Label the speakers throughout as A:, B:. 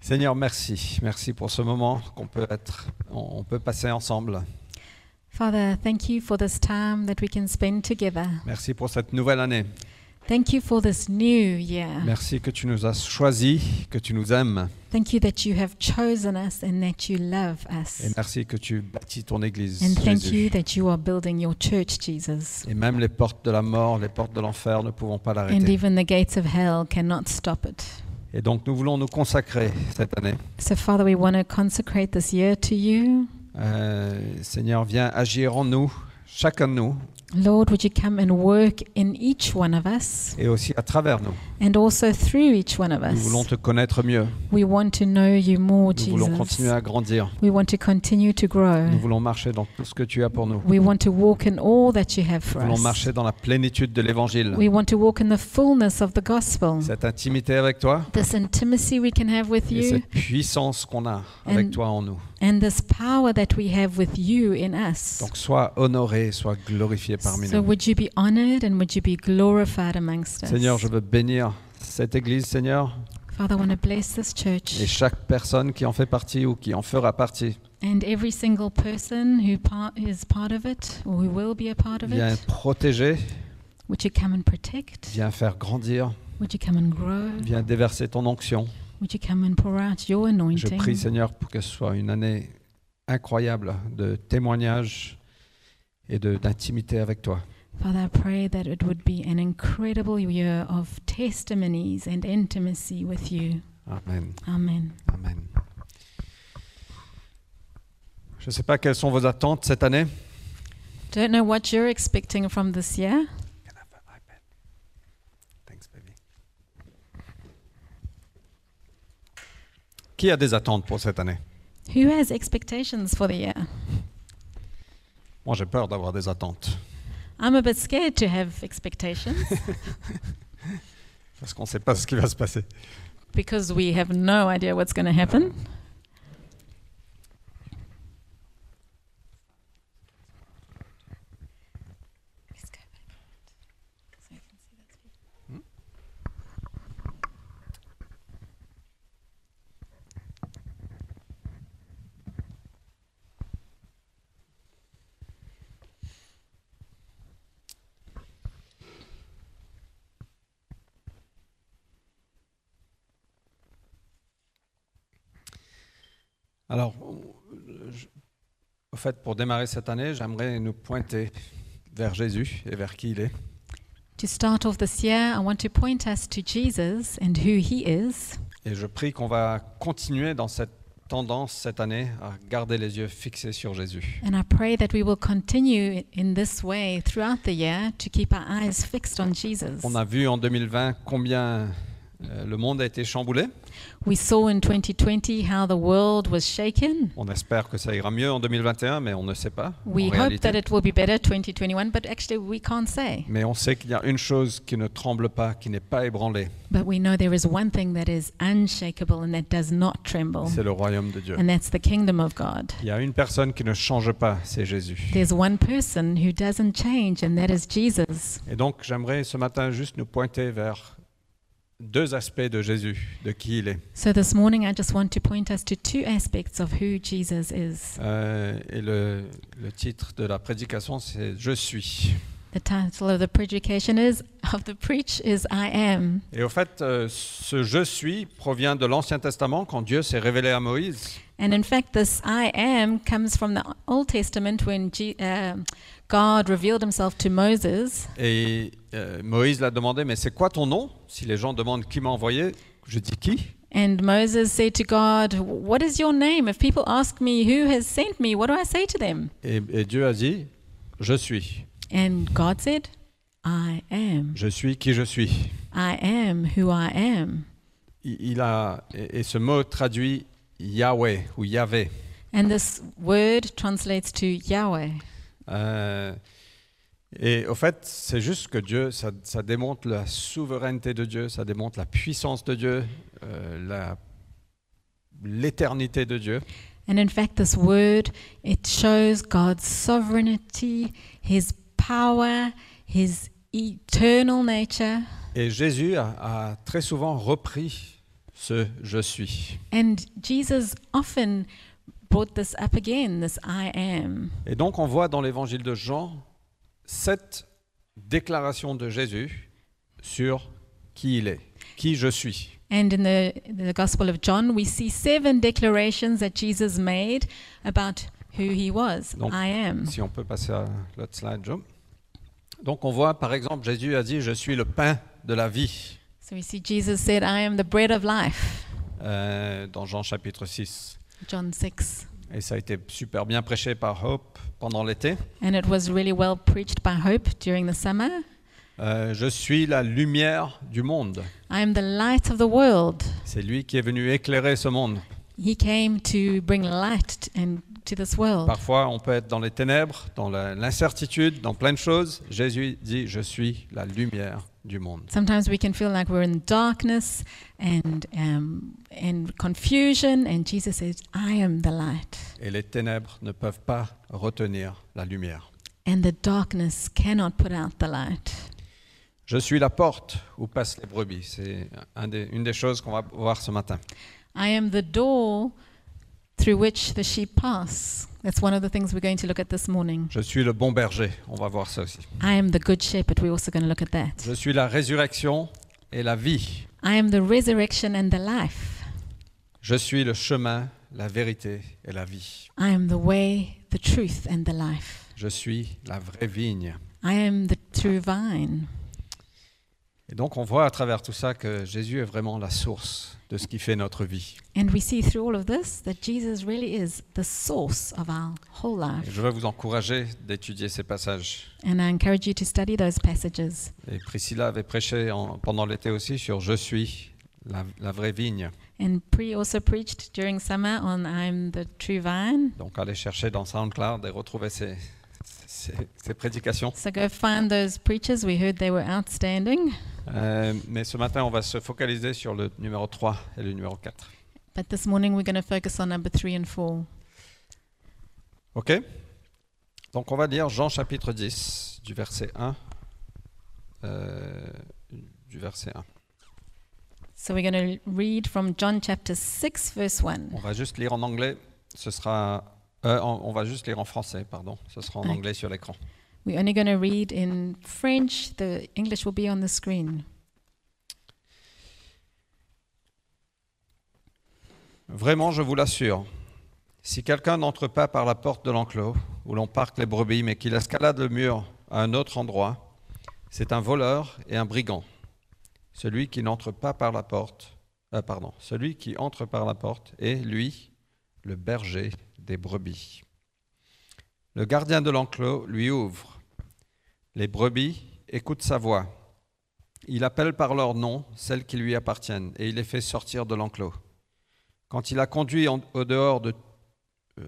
A: Seigneur, merci. Merci pour ce moment qu'on peut être, on on peut passer ensemble.
B: Father, thank you for this time that we can spend together.
A: Merci pour cette nouvelle année.
B: Thank you for this new year.
A: Merci que tu nous as choisis, que tu nous aimes.
B: Thank you that you have chosen us and that you love
A: Et
B: us.
A: merci que tu bâtis ton Église.
B: And thank
A: Jésus.
B: you that you are building your church, Jesus.
A: Et même les portes de la mort, les portes de l'enfer ne pouvons pas
B: And
A: l'arrêter.
B: even the gates of hell cannot stop it.
A: Et donc nous voulons nous consacrer cette année.
B: So, Father, we want to consecrate this year to you.
A: Euh, Seigneur, viens agir en nous, chacun de nous,
B: Lord, would you come and work in each one of us
A: et aussi à travers nous.
B: and also through each one of
A: Nous voulons
B: us?
A: te connaître mieux.
B: We want to know you more,
A: Nous voulons continuer
B: Oh, Jesus.
A: à grandir.
B: We want to continue to
A: Nous
B: grow.
A: voulons marcher dans tout ce que tu as pour nous.
B: We want to walk in all that you have
A: Nous
B: for
A: voulons
B: us.
A: marcher dans la plénitude de l'Évangile.
B: We want to walk in the fullness of the gospel.
A: Cette intimité avec toi
B: This intimacy we can have with
A: et
B: you
A: cette puissance qu'on a avec
B: And-
A: toi en nous.
B: and this power that we have with you in us.
A: Donc sois honoré, sois glorifié parmi
B: So
A: nous.
B: would you be honored and would you be glorified amongst us?
A: Seigneur, je veux bénir cette Église, Seigneur,
B: Father, I want to bless this
A: et
B: church
A: chaque personne qui en fait partie ou qui en fera partie.
B: and every single person who part, is part of it or who will be a part of
A: Viens
B: it.
A: protéger,
B: Would you come and protect?
A: viens faire grandir,
B: Would you come and grow?
A: viens déverser ton onction.
B: Would you come and pour out your
A: Je
B: anointing?
A: prie, Seigneur, pour que ce soit une année incroyable de témoignages et de- d'intimité avec toi.
B: Father, I pray that it would be an incredible year of testimonies and intimacy with you.
A: Amen.
B: Amen.
A: Amen. Je ne sais pas quelles sont vos attentes cette année.
B: Don't know what you're expecting from this year.
A: Qui a des attentes pour cette année
B: Who has expectations for the year?
A: Moi, j'ai peur d'avoir des attentes
B: I'm a bit scared to have expectations
A: parce qu'on ne sait pas ce qui va se passer.
B: because we have no idea what's going to happen.
A: Alors, euh, je- au fait, pour démarrer cette année, j'aimerais nous pointer vers Jésus et vers qui il est.
B: To start off this year, I want to point us to Jesus and who he is.
A: Et je prie qu'on va continuer dans cette tendance cette année à garder les yeux fixés sur Jésus.
B: And I pray that we will continue in this way throughout the year to keep our eyes fixed on Jesus.
A: On a vu en 2020 combien euh, le monde a été chamboulé.
B: We saw in 2020 how the world was shaken.
A: On espère que ça ira mieux en 2021, mais on ne sait pas. en
B: We hope
A: réalité.
B: that it will be better 2021, but actually we can't say.
A: Mais on sait qu'il y a une chose qui ne tremble pas, qui n'est pas ébranlée,
B: But we know there is one thing that is unshakable and that does not tremble,
A: c'est le royaume de Dieu.
B: and that's the kingdom of God.
A: Il y a une personne qui ne change pas, c'est Jésus.
B: There's one person who doesn't change, and that is Jesus.
A: Et donc j'aimerais ce matin juste nous pointer vers deux aspects de Jésus, de qui il est.
B: So this morning, I just want to point us to two aspects of who Jesus is.
A: Euh, et le, le titre de la prédication, c'est Je suis.
B: The title of the predication is of the preach is I am.
A: Et au fait, euh, ce Je suis provient de l'Ancien Testament quand Dieu s'est révélé à Moïse.
B: And in fact, this I am comes from the Old Testament when G- um God revealed himself to Moses.
A: Et euh, Moïse l'a demandé, mais c'est quoi ton nom Si les gens demandent qui m'a envoyé, je dis qui
B: And Moses said to God, What is your name? If people ask me who has sent me, what do I say to them?
A: Et, et Dieu a dit, je suis,
B: And God said, I am.
A: je suis qui je suis.
B: I am who I am.
A: Il, il a, et, et ce mot traduit Yahweh ou Yahvé.
B: And this word translates to Yahweh.
A: Euh, et au fait, c'est juste que Dieu, ça, ça démontre la souveraineté de Dieu, ça démontre la puissance de Dieu, euh, la- l'éternité de Dieu.
B: And in fact, this word, it shows God's sovereignty, his power, his eternal nature.
A: Et Jésus a, a très souvent repris ce je suis.
B: And Jesus often brought this up again this I am.
A: Et donc on voit dans l'évangile de Jean cette déclaration de Jésus sur qui il est, qui je suis.
B: And in the, the Gospel of John, we see seven declarations that Jesus made about who he was
A: Donc-
B: I am.
A: Si on peut passer à l'autre slide, Joe. Donc on voit par exemple Jésus a dit je suis le pain de la vie
B: So we see Jesus said, I am the bread of life,
A: euh, dans Jean chapitre 6.
B: John 6.
A: Et ça a été super bien prêché par Hope pendant l'été.
B: And it was really well preached by Hope during the summer.
A: Euh, je suis la lumière du monde.
B: I am the light of the world.
A: C'est lui qui est venu éclairer ce monde.
B: He came to bring light and to this world.
A: Parfois, on peut être dans les ténèbres, dans la- l'incertitude, dans plein de choses. Jésus dit Je suis la lumière du monde.
B: Sometimes we can feel like we're in darkness and um, and confusion, and Jesus says, "I am the light."
A: Et les ténèbres ne peuvent pas retenir la lumière.
B: And the darkness cannot put out the light.
A: Je suis la porte où passent les brebis. C'est un des- une des choses qu'on va voir ce matin.
B: I am the door through which the sheep pass. That's one of the things we're going to look at this morning.
A: Je suis le bon berger. On va voir ça aussi.
B: I am the good shepherd. We're also going to look at that.
A: Je suis la résurrection et la vie.
B: I am the resurrection and the life.
A: Je suis le chemin, la vérité et la vie.
B: I am the way, the truth, and the life.
A: Je suis la vraie vigne.
B: I am the true vine.
A: Et donc on voit à travers tout ça que Jésus est vraiment la source de ce qui fait notre vie.
B: And we see through all of this that Jesus really is the source of our whole
A: Et
B: life.
A: je veux vous encourager d'étudier ces passages.
B: And I encourage you to study those passages.
A: Et Priscilla avait prêché en- pendant l'été aussi sur Je suis la, la vraie vigne.
B: And Pri also preached during summer on I'm the true vine.
A: Donc allez chercher dans SoundCloud et retrouver ces, ces, ces prédications.
B: So go find those preachers. We heard they were outstanding.
A: Euh, mais ce matin, on va se focaliser sur le numéro 3 et le numéro 4.
B: But this morning we're going to focus on number three and four.
A: OK Donc on va lire Jean chapitre 10 du verset 1. euh, du verset 1.
B: So we're going to read from John chapter 6, verse 1.
A: On va juste lire en anglais. Ce sera. euh, on on va juste lire en français, pardon. Ce sera en
B: Ouais.
A: anglais sur l'écran.
B: We're only going to read in French. The English will be on the screen.
A: Vraiment, je vous l'assure, si quelqu'un n'entre pas par la porte de l'enclos où l'on parque les brebis, mais qu'il escalade le mur à un autre endroit, c'est un voleur et un brigand. Celui qui n'entre pas par la porte, ah, pardon, celui qui entre par la porte est, lui, le berger des brebis. Le gardien de l'enclos lui ouvre. Les brebis écoutent sa voix. Il appelle par leur nom celles qui lui appartiennent et il les fait sortir de l'enclos quand il a conduit en- au dehors de euh,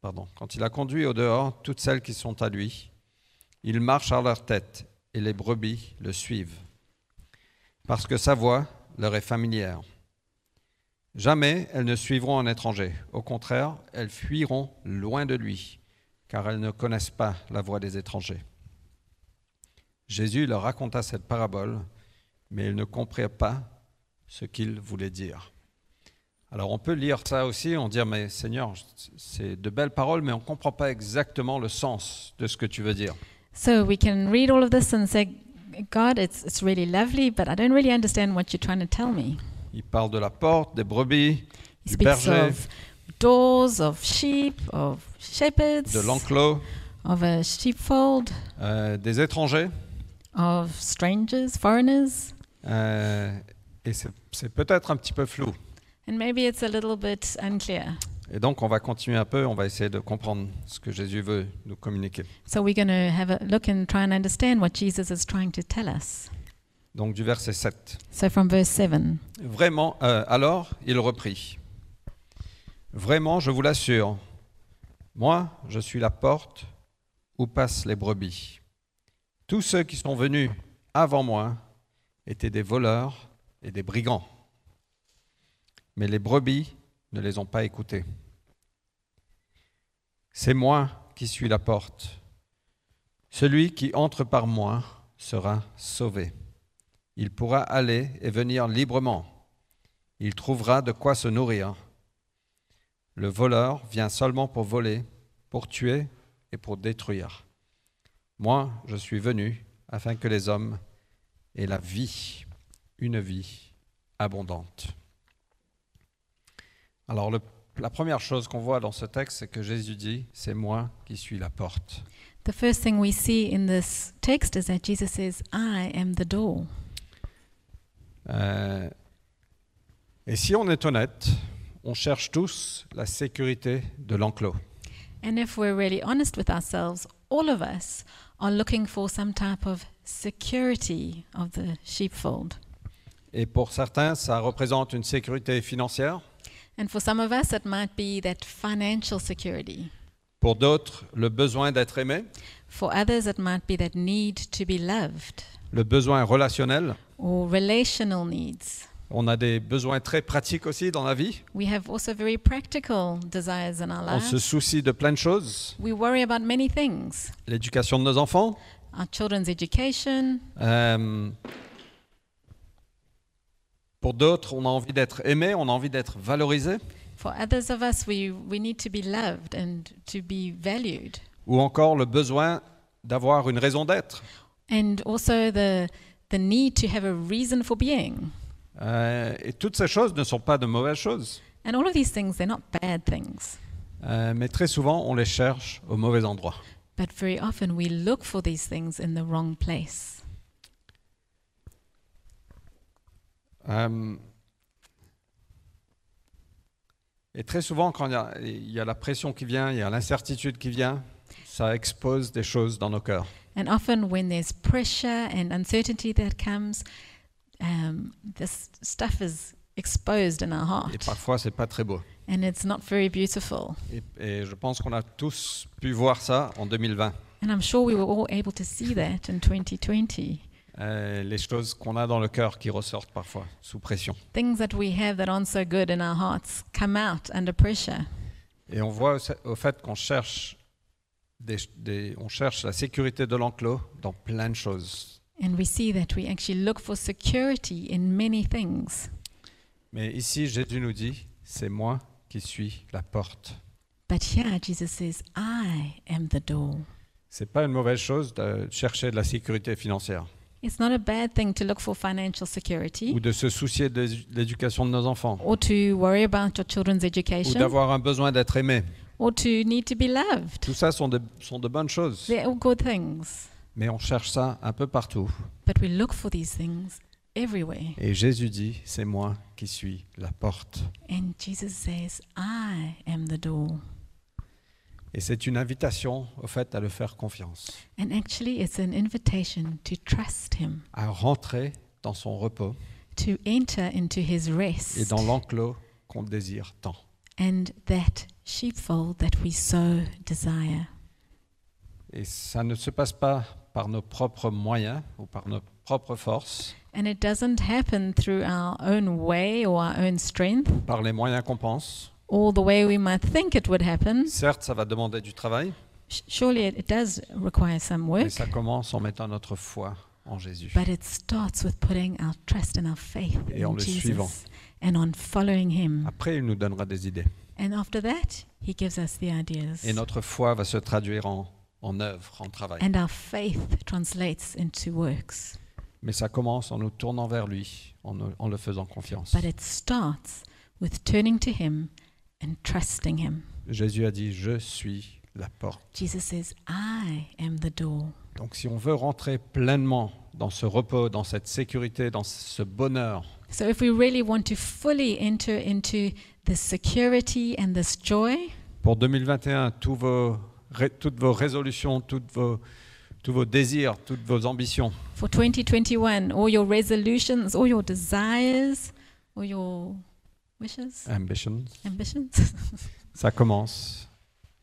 A: pardon, quand il a conduit au dehors toutes celles qui sont à lui, il marche à leur tête et les brebis le suivent parce que sa voix leur est familière. Jamais elles ne suivront un étranger, au contraire, elles fuiront loin de lui car elles ne connaissent pas la voix des étrangers. Jésus leur raconta cette parabole, mais ils ne comprirent pas ce qu'il voulait dire. Alors on peut lire ça aussi, on dire mais Seigneur, c'est de belles paroles, mais on ne comprend pas exactement le sens de ce que tu veux dire.
B: So we can read all of this and say, God, it's, it's really lovely, but I don't really understand what you're trying to tell me.
A: Il parle de la porte, des brebis,
B: He
A: Du
B: speaks
A: berger.
B: of doors, of sheep, of shepherds,
A: de l'enclos,
B: of a sheepfold,
A: euh, des étrangers.
B: of strangers, foreigners.
A: euh, et c'est c'est peut-être un petit peu flou.
B: And maybe it's a little bit unclear.
A: Et donc on va continuer un peu, on va essayer de comprendre ce que Jésus veut nous communiquer.
B: So we're going to have a look and try and understand what Jesus is trying to tell us.
A: Donc du verset 7.
B: So from verse 7.
A: Vraiment, euh, alors il reprit. Vraiment, je vous l'assure, moi, je suis la porte où passent les brebis. Tous ceux qui sont venus avant moi étaient des voleurs et des brigands. Mais les brebis ne les ont pas écoutés. C'est moi qui suis la porte. Celui qui entre par moi sera sauvé. Il pourra aller et venir librement. il trouvera de quoi se nourrir. Le voleur vient seulement pour voler, pour tuer et pour détruire. Moi, je suis venu afin que les hommes aient la vie, une vie abondante. Alors le- la première chose qu'on voit dans ce texte, c'est que Jésus dit, c'est moi qui suis la porte.
B: The first thing we see in this text is that Jesus says, I am the door.
A: Euh, et si on est honnête, on cherche tous la sécurité de l'enclos.
B: And if we're really honest with ourselves, all of us are looking for some type of security of the sheepfold.
A: Et pour certains, ça représente une sécurité financière.
B: And for some of us, it might be that financial security.
A: Pour d'autres, le besoin d'être aimé,
B: For others, it might be that need to be loved
A: le besoin relationnel.
B: or relational needs.
A: On a des besoins très pratiques aussi dans la vie.
B: We have also very practical desires in our
A: On se
B: lives.
A: soucie de plein de choses.
B: We worry about many things
A: L'éducation de nos enfants,
B: our children's education.
A: Euh, pour d'autres, on a envie d'être aimé, on a envie d'être valorisé,
B: For others of us, we, we need to be loved and to be valued.
A: ou encore le besoin d'avoir une raison d'être.
B: And also the, the need to have a reason for being.
A: Euh, et toutes ces choses ne sont pas de mauvaises choses,
B: And all of these things, they're not bad things.
A: Euh, mais très souvent, on les cherche au mauvais endroit.
B: But very often we look for these things in the wrong place.
A: Euh, et très souvent, quand il y a- il y a la pression qui vient, il y a l'incertitude qui vient, ça expose des choses dans nos cœurs.
B: And often, when there's pressure and uncertainty that comes, um, this stuff is exposed in our
A: Et
B: heart,
A: parfois, c'est pas très beau.
B: and it's not very beautiful.
A: Et- et je pense qu'on a tous pu voir ça en 2020.
B: And I'm sure we were all able to see that in 2020.
A: Euh, les choses qu'on a dans le cœur qui ressortent parfois sous pression.
B: Things that we have that aren't so good in our hearts come out under pressure.
A: Et on voit au- au fait qu'on cherche, des, des- on cherche la sécurité de l'enclos dans plein de choses.
B: And we see that we actually look for security in many things.
A: Mais ici, Jésus nous dit, c'est moi qui suis la porte.
B: But here, Jesus says, I am the door.
A: C'est pas une mauvaise chose de chercher de la sécurité financière
B: It's not a bad thing to look for financial
A: ou
B: security
A: de se soucier de l'édu- l'éducation de nos enfants
B: or to worry about your children's
A: ou
B: education.
A: d'avoir un besoin d'être aimé.
B: or to need to be loved.
A: Tout ça sont de, sont de bonnes choses.
B: They're all good things,
A: Mais on cherche ça un peu partout.
B: but we look for these things everywhere.
A: Et Jésus dit, c'est moi qui suis la porte.
B: And Jesus says, I am the door.
A: Et c'est une invitation, au fait, à le faire confiance,
B: And actually, it's an invitation to trust Him,
A: à rentrer dans son repos
B: to enter into His
A: et
B: rest
A: dans l'enclos qu'on désire tant.
B: and that sheepfold that we so desire.
A: Et ça ne se passe pas par nos propres moyens ou par nos propres forces,
B: And it doesn't happen through our own way or our own strength
A: par les moyens qu'on pense.
B: or the way we might think it would happen.
A: Certes, ça va demander du travail,
B: Sh- Surely it it does require some
A: mais
B: work.
A: ça commence en mettant notre foi en Jésus.
B: But it starts with putting our trust and our faith
A: Et en
B: in
A: le
B: Jesus
A: suivant.
B: and on following him.
A: Après, il nous donnera des idées.
B: And after that, he gives us the ideas.
A: Et notre foi va se traduire en, en œuvre, en travail.
B: And our faith translates into works.
A: Mais ça commence en nous tournant vers lui, en, nous- en le faisant confiance.
B: But it starts with turning to him and trusting him.
A: Jésus a dit, je suis la porte.
B: Jesus says, I am the door.
A: Donc si on veut rentrer pleinement dans ce repos, dans cette sécurité, dans ce bonheur,
B: So if we really want to fully enter into this security and this joy,
A: pour 2021, tous vos ré- toutes vos résolutions, toutes vos- tous vos désirs, toutes vos ambitions,
B: for 2021, all your resolutions, all your desires, all your wishes,
A: ambitions,
B: ambitions.
A: ça commence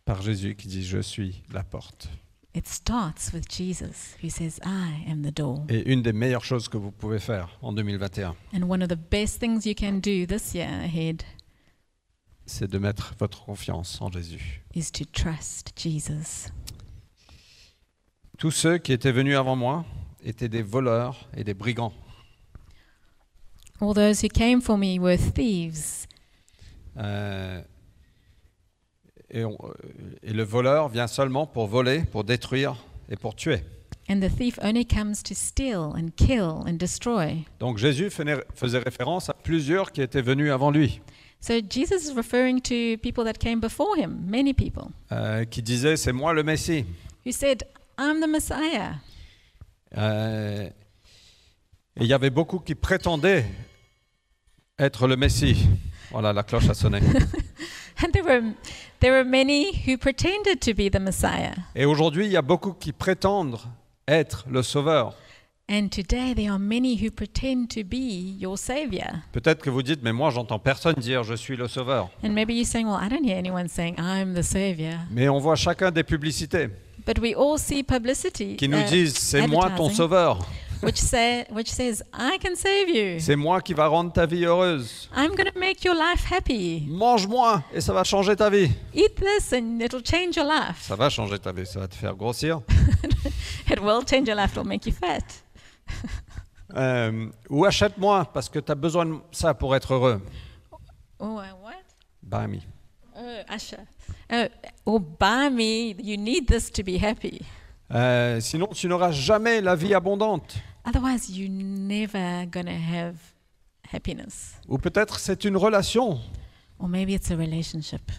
A: par Jésus qui dit je suis la porte.
B: It starts with Jesus, who says, I am the door.
A: Et une des meilleures choses que vous pouvez faire en 2021,
B: And one of the best things you can do this year ahead
A: c'est de mettre votre confiance en Jésus.
B: is to trust Jesus.
A: Tous ceux qui étaient venus avant moi étaient des voleurs et des brigands.
B: All those who came for me were thieves,
A: Euh, et, on- euh, et le voleur vient seulement pour voler, pour détruire et pour tuer.
B: and the thief only comes to steal and kill and destroy.
A: Donc Jésus fenait- faisait référence à plusieurs qui étaient venus avant lui,
B: So Jesus is referring to people that came before him, many people,
A: euh, qui disaient c'est moi le Messie.
B: who said, I'm the Messiah.
A: Euh, et il y avait beaucoup qui prétendaient être le Messie. Voilà, la cloche a sonné.
B: And there were, there were many who pretended to be the Messiah.
A: Et aujourd'hui, il y a beaucoup qui prétendent être le Sauveur.
B: And today there are many who pretend to be your Savior.
A: Peut-être que vous dites, mais moi, j'entends personne dire je suis le Sauveur.
B: And maybe you're saying, well, I don't hear anyone saying, I'm the Savior.
A: Mais on voit chacun des publicités
B: But we all see publicity
A: qui nous
B: uh,
A: disent c'est moi ton
B: advertising,
A: Sauveur,
B: which, say, which says, I can save you.
A: c'est moi qui va rendre ta vie heureuse.
B: I'm going to make your life happy.
A: Mange-moi et ça va changer ta vie.
B: Eat this and it'll change your life.
A: Ça va changer ta vie, ça va te faire grossir.
B: It will change your life, it'll make you fat.
A: Euh, ou achète-moi parce que tu as besoin de ça pour être heureux. Ben,
B: Oh, I what?
A: Buy me.
B: Oh, Asha. Oh, or buy me, you need this to be happy.
A: Euh, sinon, tu n'auras jamais la vie abondante.
B: Otherwise, you're never going to have happiness.
A: Ou peut-être c'est une relation
B: Or maybe it's a relationship.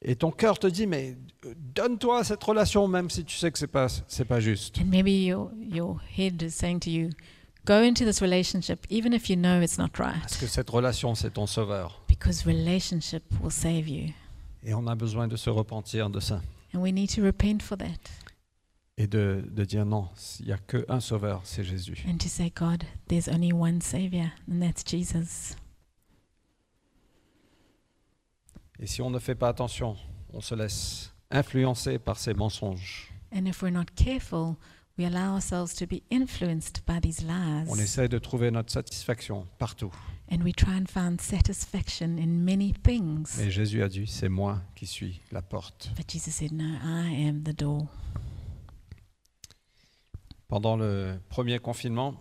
A: et ton cœur te dit mais euh, donne-toi cette relation même si tu sais que c'est pas c'est pas juste.
B: And maybe your, your head is saying to you, go into this relationship even if you know it's not
A: Parce que
B: right,
A: cette relation c'est ton sauveur
B: because relationship will save you.
A: et on a besoin de se repentir de ça
B: And we need to repent for that
A: et de, de dire non, il n'y a qu'un sauveur, c'est Jésus.
B: and to say, God, there's only one Savior, and that's Jesus.
A: Et si on ne fait pas attention, on se laisse influencer par ces mensonges.
B: And if we're not careful, we allow ourselves to be influenced by these
A: On
B: lies,
A: essaie de trouver notre satisfaction partout.
B: and we try and find satisfaction in many things.
A: Mais Jésus a dit, c'est moi qui suis la porte.
B: But Jesus said, No, I am the door.
A: Pendant le premier confinement,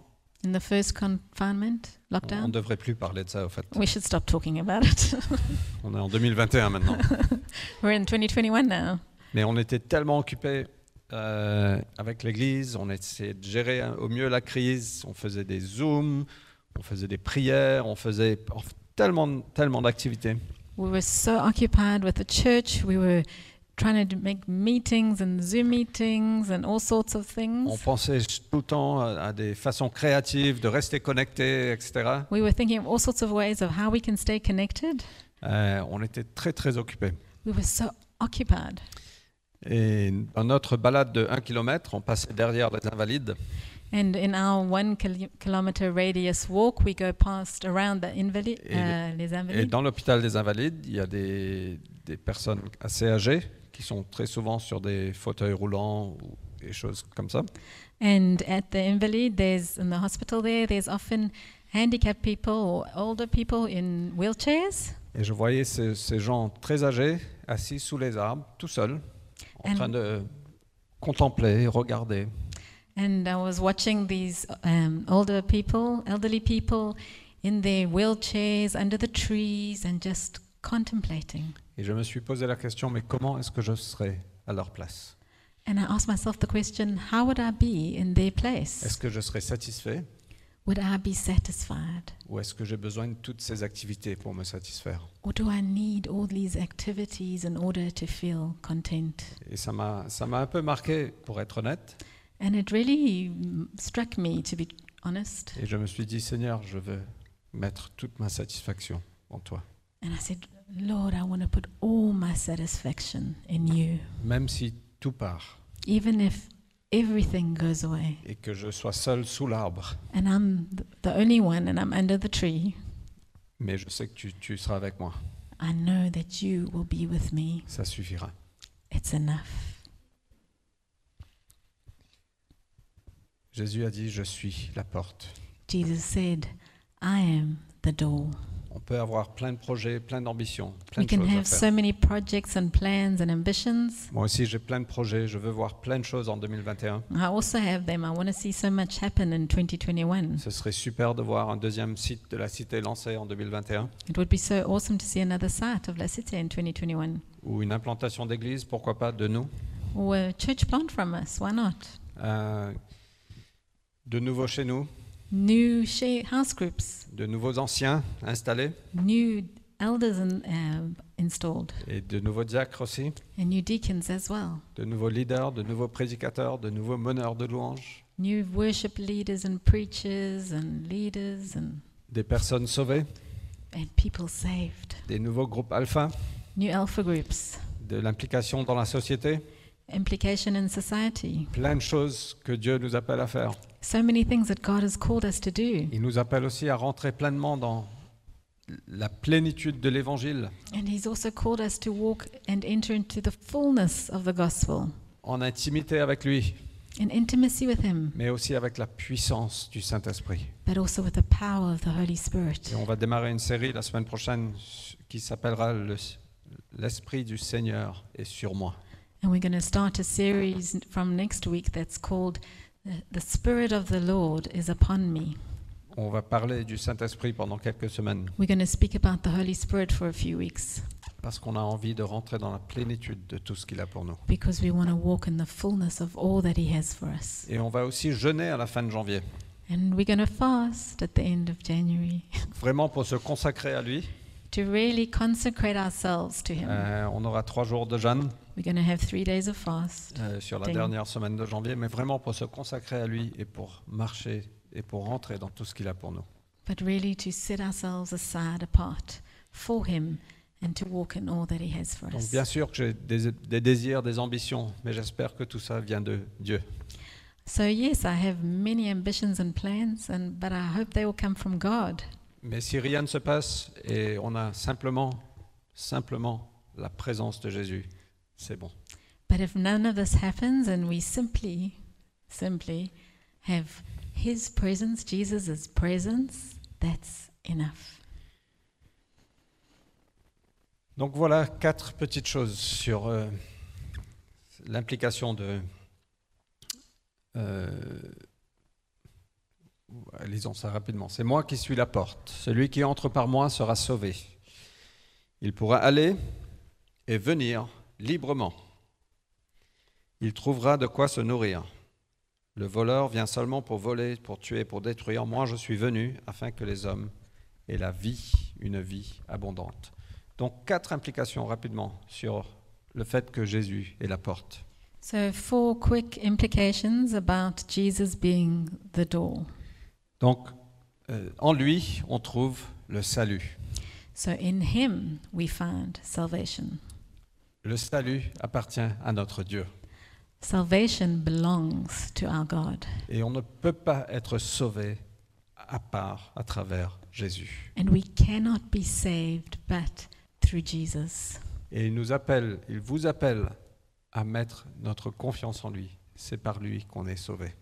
B: In the first confinement,
A: on ne
B: lockdown,
A: devrait plus parler de ça, au fait.
B: we should stop talking about it.
A: On est en 2021 maintenant.
B: We're in 2021 now.
A: Mais on était tellement occupés euh, avec l'Église, on essayait de gérer hein, au mieux la crise, on faisait des zooms, on faisait des prières, on faisait on f- tellement, tellement d'activités.
B: We were so occupied with the church. We were trying to do- make meetings and Zoom meetings and all sorts
A: On
B: of things.
A: pensait tout le temps à à des façons créatives de rester connectés, etc.
B: We were thinking of all sorts of ways of how we can stay connected.
A: Euh, on était très très occupés.
B: We were so occupied.
A: Et dans notre balade de 1 km, on passait derrière les invalides
B: And in our one kil- kilometer radius walk, we go past around the invali-
A: Et-
B: uh, Les
A: Et
B: Invalides.
A: dans l'hôpital des Invalides, il y a des, des personnes assez âgées qui sont très souvent sur des fauteuils roulants ou des choses comme ça.
B: And at the Invalid, there's in the hospital there, there's often handicapped people or older people in wheelchairs.
A: Et je voyais ces, ces gens très âgés assis sous les arbres, tout seuls, en
B: And-
A: train de contempler, regarder.
B: And I was watching these um, older people, elderly people, in their wheelchairs under the trees and just contemplating.
A: Et je me suis posé la question, mais comment est-ce que je serais à leur place
B: And I asked myself the question how would I be in their
A: Est-ce
B: place?
A: que je serais satisfait
B: Would I be satisfied?
A: ou est-ce que j'ai besoin de toutes ces activités pour me satisfaire
B: Or do I need all these activities in order to feel content?
A: Et ça m'a ça m'a un peu marqué, pour être honnête.
B: And it really mm, struck me, to be honest.
A: Et je me suis dit, Seigneur, je veux mettre toute ma satisfaction en toi.
B: And I said, Lord, I want to put all my satisfaction in you,
A: Même si tout part
B: even if everything goes away.
A: et que je sois seul sous l'arbre,
B: and I'm th- the only one and I'm under the tree,
A: mais je sais que tu, tu seras avec moi.
B: I know that you will be with me.
A: Ça suffira.
B: It's enough.
A: Jésus a dit, je suis la porte.
B: Jesus said, I am the door.
A: On On peut avoir plein de projets, plein d'ambitions, plein
B: We
A: de
B: can
A: choses à
B: have
A: faire.
B: so many projects and plans and ambitions.
A: Moi aussi, j'ai plein de projets. Je veux voir plein de choses en 2021.
B: I also have them. I want to see so much happen in 2021.
A: Ce serait super de voir un deuxième site de la cité lancé en 2021
B: It would be so awesome to see another site of La Cité in 2021
A: ou une implantation d'église, pourquoi pas, de nous.
B: or a church plant from us. Why not?
A: Euh, de nouveaux chez nous,
B: New share house groups,
A: de nouveaux anciens installés
B: new elders in, um installed,
A: et de nouveaux diacres aussi,
B: and new deacons as well.
A: de nouveaux leaders, de nouveaux prédicateurs, de nouveaux meneurs de louanges,
B: New worship leaders and preachers and leaders and,
A: des personnes sauvées,
B: and people saved.
A: des nouveaux groupes alpha,
B: New alpha groups,
A: de l'implication dans la société,
B: implication in society.
A: plein de choses que Dieu nous appelle à faire.
B: So many things that God has called us to do.
A: Il nous appelle aussi à rentrer pleinement dans la plénitude de l'évangile
B: And He's also called us to walk and enter into the fullness of the gospel
A: en intimité avec lui,
B: in intimacy with Him,
A: mais aussi avec la puissance du Saint-Esprit.
B: but also with the power of the Holy Spirit.
A: Et on va démarrer une série la semaine prochaine qui s'appellera Le- L'Esprit du Seigneur est sur moi.
B: And we're going to start a series n- from next week that's called uh, The Spirit of the Lord is Upon Me.
A: On va parler du Saint-Esprit pendant quelques semaines
B: We're going to speak about the Holy Spirit for a few weeks
A: parce qu'on a envie de rentrer dans la plénitude de tout ce qu'il a pour nous.
B: because we want to walk in the fullness of all that He has for us.
A: Et on va aussi jeûner à la fin de janvier,
B: And we're going to fast at the end of January
A: vraiment pour se consacrer à lui.
B: to really consecrate ourselves to Him.
A: Euh, on aura trois jours de jeûne
B: We're going to have three days of fast.
A: euh, sur la
B: Ding.
A: dernière semaine de janvier, mais vraiment pour se consacrer à lui et pour marcher et pour rentrer dans tout ce qu'il a pour nous.
B: but really to set ourselves aside apart for him and to walk in all that he has for
A: Donc
B: us.
A: bien sûr que j'ai des, des désirs, des ambitions, mais j'espère que tout ça vient de Dieu.
B: So yes, I have many ambitions and plans and but I hope they all come from God.
A: Mais si rien ne se passe et on a simplement, simplement la présence de Jésus, c'est bon.
B: But if none of this happens and we simply simply have his presence, Jesus' presence, that's enough.
A: Donc voilà quatre petites choses sur euh, l'implication de... Euh, ouais, lisons ça rapidement. C'est moi qui suis la porte. Celui qui entre par moi sera sauvé. Il pourra aller et venir librement. Il trouvera de quoi se nourrir. Le voleur vient seulement pour voler, pour tuer, pour détruire. Moi, je suis venu afin que les hommes aient la vie, une vie abondante. Donc quatre implications rapidement sur le fait que Jésus est la porte.
B: So four quick implications about Jesus being the door.
A: Donc euh, en lui, on trouve le salut.
B: So in him we find salvation.
A: Le salut appartient à notre Dieu.
B: Salvation belongs to our God,
A: Et on ne peut pas être sauvé à part, à travers Jésus.
B: and we cannot be saved but through Jesus.
A: Et il nous appelle, il vous appelle à mettre notre confiance en lui. C'est par lui qu'on est sauvé.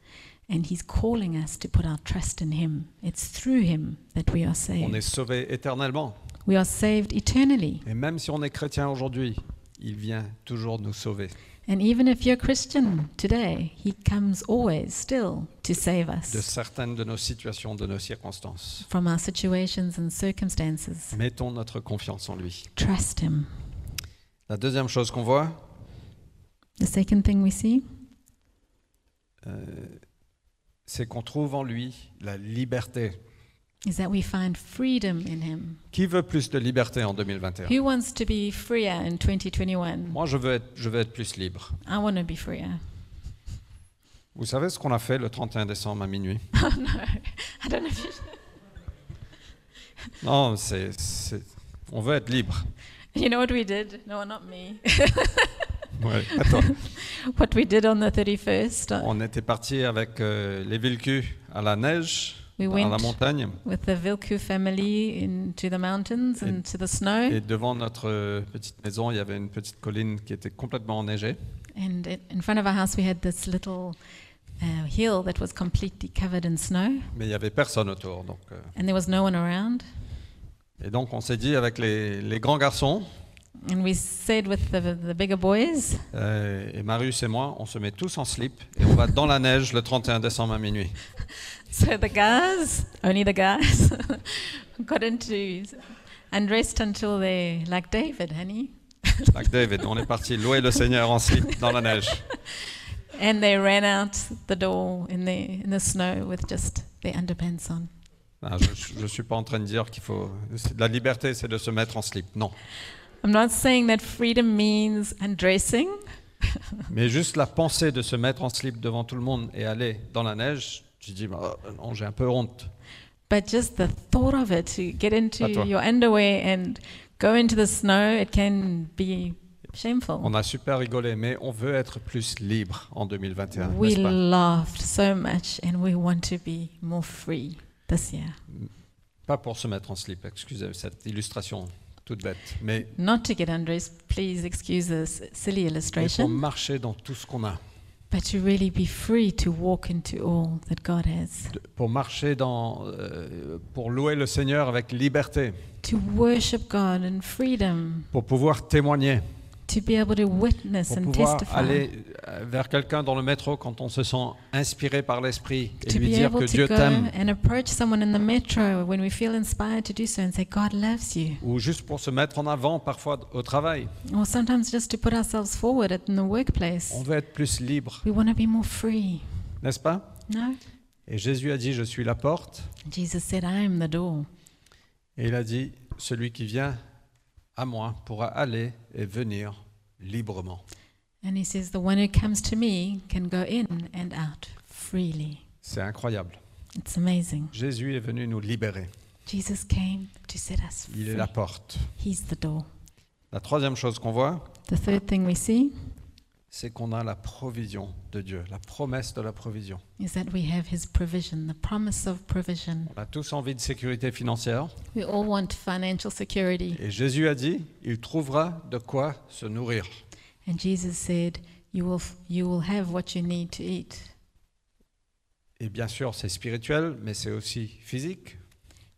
B: And He's calling us to put our trust in Him. It's through Him that we are
A: On est
B: saved.
A: sauvé éternellement.
B: We are saved eternally.
A: Et même si on est chrétien aujourd'hui, il vient toujours nous sauver.
B: And even if you're Christian today, He comes always still to save
A: de
B: us
A: certaines de nos situations, de nos circonstances.
B: from our situations and circumstances.
A: Mettons notre confiance en lui.
B: Trust Him.
A: La deuxième chose qu'on voit,
B: The second thing we see
A: euh, c'est qu'on trouve en lui la liberté.
B: is that we find freedom in Him.
A: Qui veut plus de liberté en 2021
B: Who wants to be freer in 2021?
A: Moi, je veux, être, je veux être plus libre.
B: I want to be freer.
A: Vous savez ce qu'on a fait le 31 décembre à minuit
B: Oh no, I don't know. If you,
A: Non, c'est, c'est- on veut être libre.
B: you know what we did? No, not me.
A: Ouais, attends.
B: what we did on the 31st, uh,
A: On était parti avec euh, les Vilcus à la neige,
B: we
A: à la
B: went
A: montagne,
B: with the Vilku family into the mountains
A: Et-
B: and to the snow.
A: et devant notre euh, petite maison, il y avait une petite colline qui était complètement enneigée.
B: And i in front of our house, we had this little uh, hill that was completely covered in snow,
A: Mais il n'y avait personne autour. Donc, euh,
B: and there was no one around.
A: Et donc on s'est dit avec les, les grands garçons,
B: And we stayed with the, the bigger boys,
A: euh, et Marius et moi, on se met tous en slip et on va dans la neige le 31 décembre à minuit.
B: so the guys, only the guys, got into and raced until they, like David, honey,
A: Like David, on est parti louer le Seigneur en slip dans la neige.
B: and they ran out the door in the in the snow with just their underpants on.
A: Ah, je ne suis pas en train de dire qu'il faut... c'est- La liberté, c'est de se mettre en slip, non.
B: I'm not saying that freedom means undressing,
A: Mais juste la pensée de se mettre en slip devant tout le monde et aller dans la neige, tu dis, bah, non, j'ai un peu honte.
B: but just the thought of it to get into
A: Fatwa.
B: your underwear and go into the snow, it can be shameful.
A: On a super rigolé, mais on veut être plus libre en 2021,
B: We
A: n'est-ce pas
B: laughed so much and we want to be more free this year.
A: Pas pour se mettre en slip, excusez cette illustration toute bête, mais,
B: Not to get undressed, please excuse this silly
A: mais pour
B: illustration,
A: marcher dans tout ce qu'on a,
B: but to really be free to walk into all that God has,
A: de- pour marcher dans... euh, pour louer le Seigneur avec liberté,
B: to worship God in freedom,
A: pour pouvoir témoigner,
B: to be able to witness
A: pour
B: and
A: pouvoir
B: testify.
A: aller euh, vers quelqu'un dans le métro quand on se sent inspiré par l'Esprit et
B: to
A: lui
B: be
A: dire
B: able
A: que
B: to
A: Dieu
B: go
A: t'aime.
B: and approach someone in the metro when we feel inspired to do so and say, God loves you.
A: ou juste pour se mettre en avant parfois au travail.
B: Or sometimes just to put ourselves forward at- in the workplace.
A: On veut être plus libre,
B: We want to be more free.
A: n'est-ce pas
B: No?
A: Et Jésus a dit, je suis la porte.
B: Jesus said, I am the door.
A: Et il a dit, celui qui vient à moi pourra aller et venir librement.
B: And he says, The one who comes to me can go in and out freely.
A: C'est incroyable.
B: It's amazing.
A: Jésus est venu nous libérer.
B: Jesus came to set us
A: Il est
B: free.
A: la porte.
B: He's the door.
A: La troisième chose qu'on voit,
B: The third thing we see
A: c'est qu'on a la provision de Dieu, la promesse de la provision.
B: is that we have his provision, the promise of provision.
A: On a tous envie de sécurité financière.
B: We all want financial security.
A: Et Jésus a dit, il trouvera de quoi se nourrir.
B: And Jesus said, you will, f- you will have what you need to eat.
A: Et bien sûr, c'est spirituel, mais c'est aussi physique.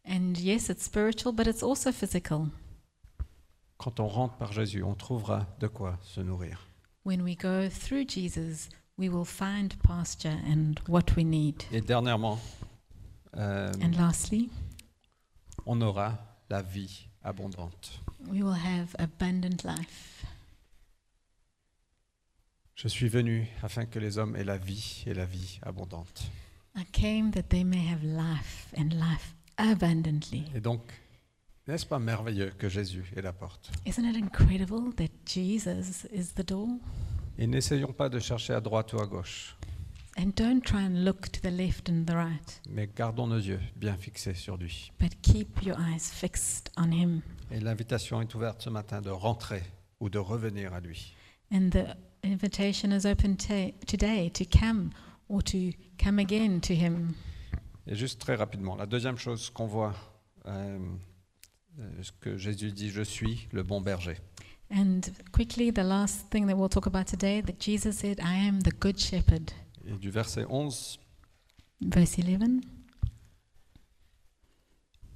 B: And yes, it's spiritual, but it's also physical.
A: Quand on rentre par Jésus, on trouvera de quoi se nourrir.
B: When we go through Jesus, we will find pasture and what we need.
A: Et dernièrement, euh,
B: And lastly,
A: on aura la vie abondante.
B: we will have abundant life.
A: Je suis venu afin que les hommes aient la vie et la vie abondante.
B: I came that they may have life and life abundantly.
A: Et donc, n'est-ce pas merveilleux que Jésus est la porte
B: Isn't it incredible that Jesus is the door?
A: Et n'essayons pas de chercher à droite ou à gauche,
B: And don't try and look to the left and the right,
A: mais gardons nos yeux bien fixés sur lui.
B: but keep your eyes fixed on Him.
A: Et l'invitation est ouverte ce matin de rentrer ou de revenir à lui.
B: And the invitation is open ta today to come or to come again to Him.
A: Et juste très rapidement, la deuxième chose qu'on voit, euh, euh, ce que Jésus dit, je suis le bon berger.
B: And quickly, the last thing that we'll talk about today that Jesus said, I am the Good Shepherd.
A: Et du verset 11,
B: Verse 11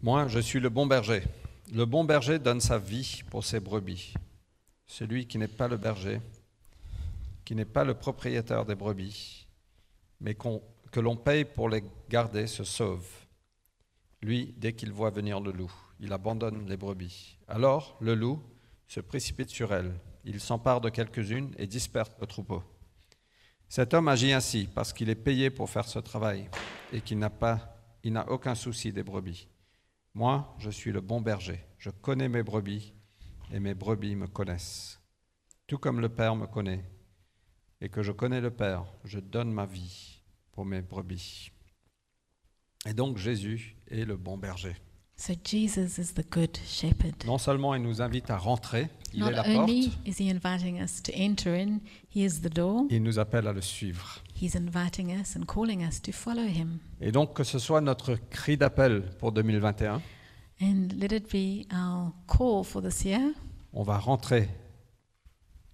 A: moi je suis le bon berger. Le bon berger donne sa vie pour ses brebis. Celui qui n'est pas le berger, qui n'est pas le propriétaire des brebis, mais qu'on- que l'on paye pour les garder, se sauve. Lui, dès qu'il voit venir le loup, il abandonne les brebis. Alors le loup se précipite sur elles. Il s'empare de quelques-unes et disperse le troupeau. Cet homme agit ainsi parce qu'il est payé pour faire ce travail et qu'il n'a pas, il n'a aucun souci des brebis. Moi, je suis le bon berger. Je connais mes brebis et mes brebis me connaissent. Tout comme le Père me connaît et que je connais le Père, je donne ma vie pour mes brebis. Et donc Jésus est le bon berger.
B: So Jesus is the Good Shepherd.
A: Non seulement il nous invite à rentrer, il est la
B: Not
A: porte,
B: only is He inviting us to enter in, He is the door.
A: il nous appelle à le suivre.
B: He's inviting us and calling us to follow Him.
A: Et donc que ce soit notre cri d'appel pour 2021,
B: And let it be our call for this year.
A: on va rentrer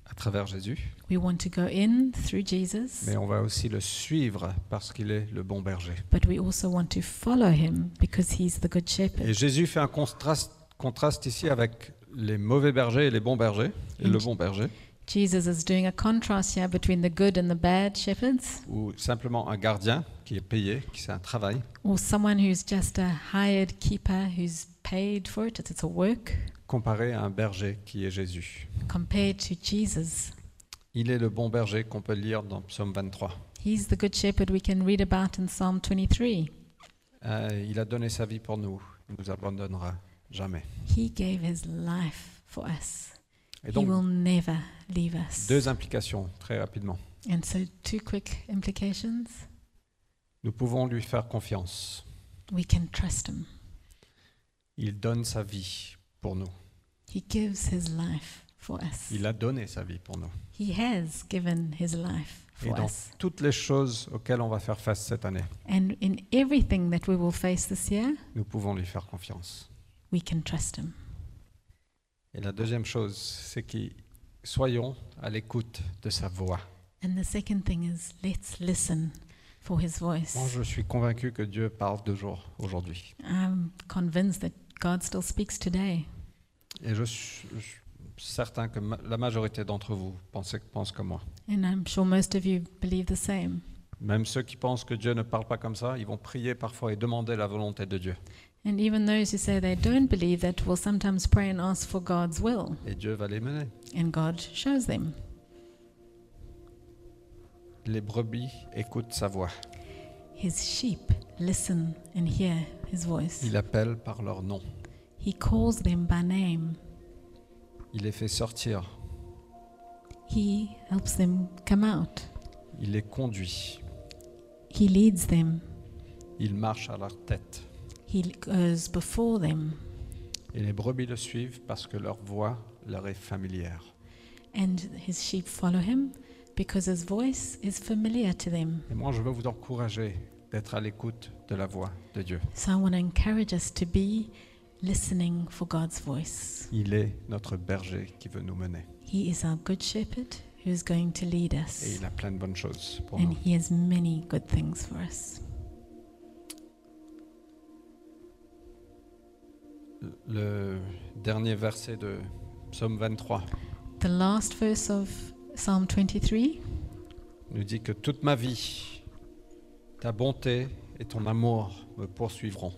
A: à travers Jésus,
B: We want to go in through Jesus,
A: mais on va aussi le suivre parce qu'il est le bon berger.
B: but we also want to follow Him because He's the Good Shepherd.
A: Et Jésus fait un contraste, contraste ici avec les mauvais bergers et les bons bergers, et
B: Mm.
A: le bon berger,
B: Jesus is doing a contrast here between the good and the bad shepherds,
A: ou simplement un gardien qui est payé, qui c'est un travail.
B: or someone who's just a hired keeper who's paid for it, it's, it's a work,
A: comparé à un berger qui est Jésus.
B: compared to Jesus.
A: Il est le bon berger qu'on peut lire dans Psaume 23.
B: He's the good shepherd we can read about in Psalm 23.
A: Euh, il a donné sa vie pour nous. Il ne nous abandonnera jamais.
B: He gave his life for us.
A: Et
B: he will
A: donc,
B: never leave us.
A: deux implications très rapidement.
B: And so, two quick implications.
A: Nous pouvons lui faire confiance.
B: We can trust him.
A: Il donne sa vie pour nous.
B: He gives his life for us.
A: Il a donné sa vie pour nous.
B: He has given his life
A: Et
B: for
A: dans
B: us.
A: toutes les choses auxquelles on va faire face cette année,
B: And in everything that we will face this year,
A: nous pouvons lui faire confiance.
B: we can trust him.
A: Et la deuxième chose, c'est que soyons à l'écoute de sa voix.
B: And the second thing is let's listen for his voice.
A: Moi, je suis convaincu que Dieu parle de jour aujourd'hui.
B: I'm convinced that God still speaks today.
A: Et je suis, je suis certain que ma- la majorité d'entre vous pensez, pensent comme moi.
B: And I'm sure most of you believe the same.
A: Même ceux qui pensent que Dieu ne parle pas comme ça, ils vont prier parfois et demander la volonté de Dieu.
B: And even those who say they don't believe that will sometimes pray and ask for God's will,
A: Et Dieu va les mener.
B: and God shows them.
A: Les brebis écoutent sa voix.
B: His sheep listen and hear his voice.
A: Il appelle par leur nom.
B: He calls them by name.
A: Il les fait sortir.
B: He helps them come out.
A: Il les conduit.
B: He leads them.
A: Il marche à leur tête.
B: He goes before them.
A: Et les brebis le suivent parce que leur voix leur est familière.
B: And his sheep follow him because his voice is familiar to them.
A: Et moi, je veux vous encourager d'être à l'écoute de la voix de Dieu.
B: So I want to encourage us to be listening for God's voice.
A: Il est notre berger qui veut nous mener.
B: He is our good shepherd who is going to lead
A: Et
B: us.
A: il a plein de bonnes choses pour
B: And
A: nous.
B: he has many good things for us.
A: le dernier verset de Psaume 23
B: The last verse of Psalm 23
A: nous dit que toute ma vie, ta bonté et ton amour me poursuivront.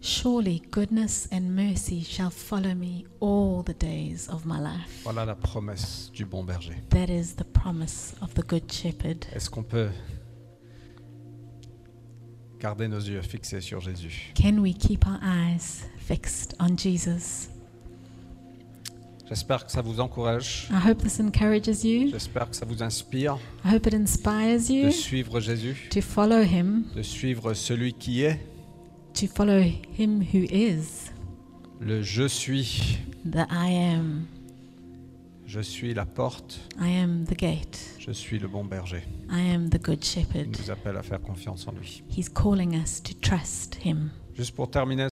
B: Surely goodness and mercy shall follow me all the days of my life.
A: Voilà la promesse du bon berger.
B: That is the promise of the good shepherd.
A: Est-ce qu'on peut garder nos yeux fixés sur Jésus
B: Can we keep our eyes fixed on Jesus?
A: J'espère que ça vous encourage.
B: I hope this encourages you.
A: J'espère que ça vous inspire
B: I hope it inspires
A: de
B: you
A: suivre Jésus,
B: to follow him,
A: de suivre celui qui est,
B: to follow him who is
A: le je suis.
B: the I am.
A: Je suis la porte,
B: I am the gate.
A: je suis le bon berger.
B: I am the good
A: Il
B: shepherd.
A: nous appelle à faire confiance en lui.
B: He's calling us to trust him.
A: Juste pour terminer,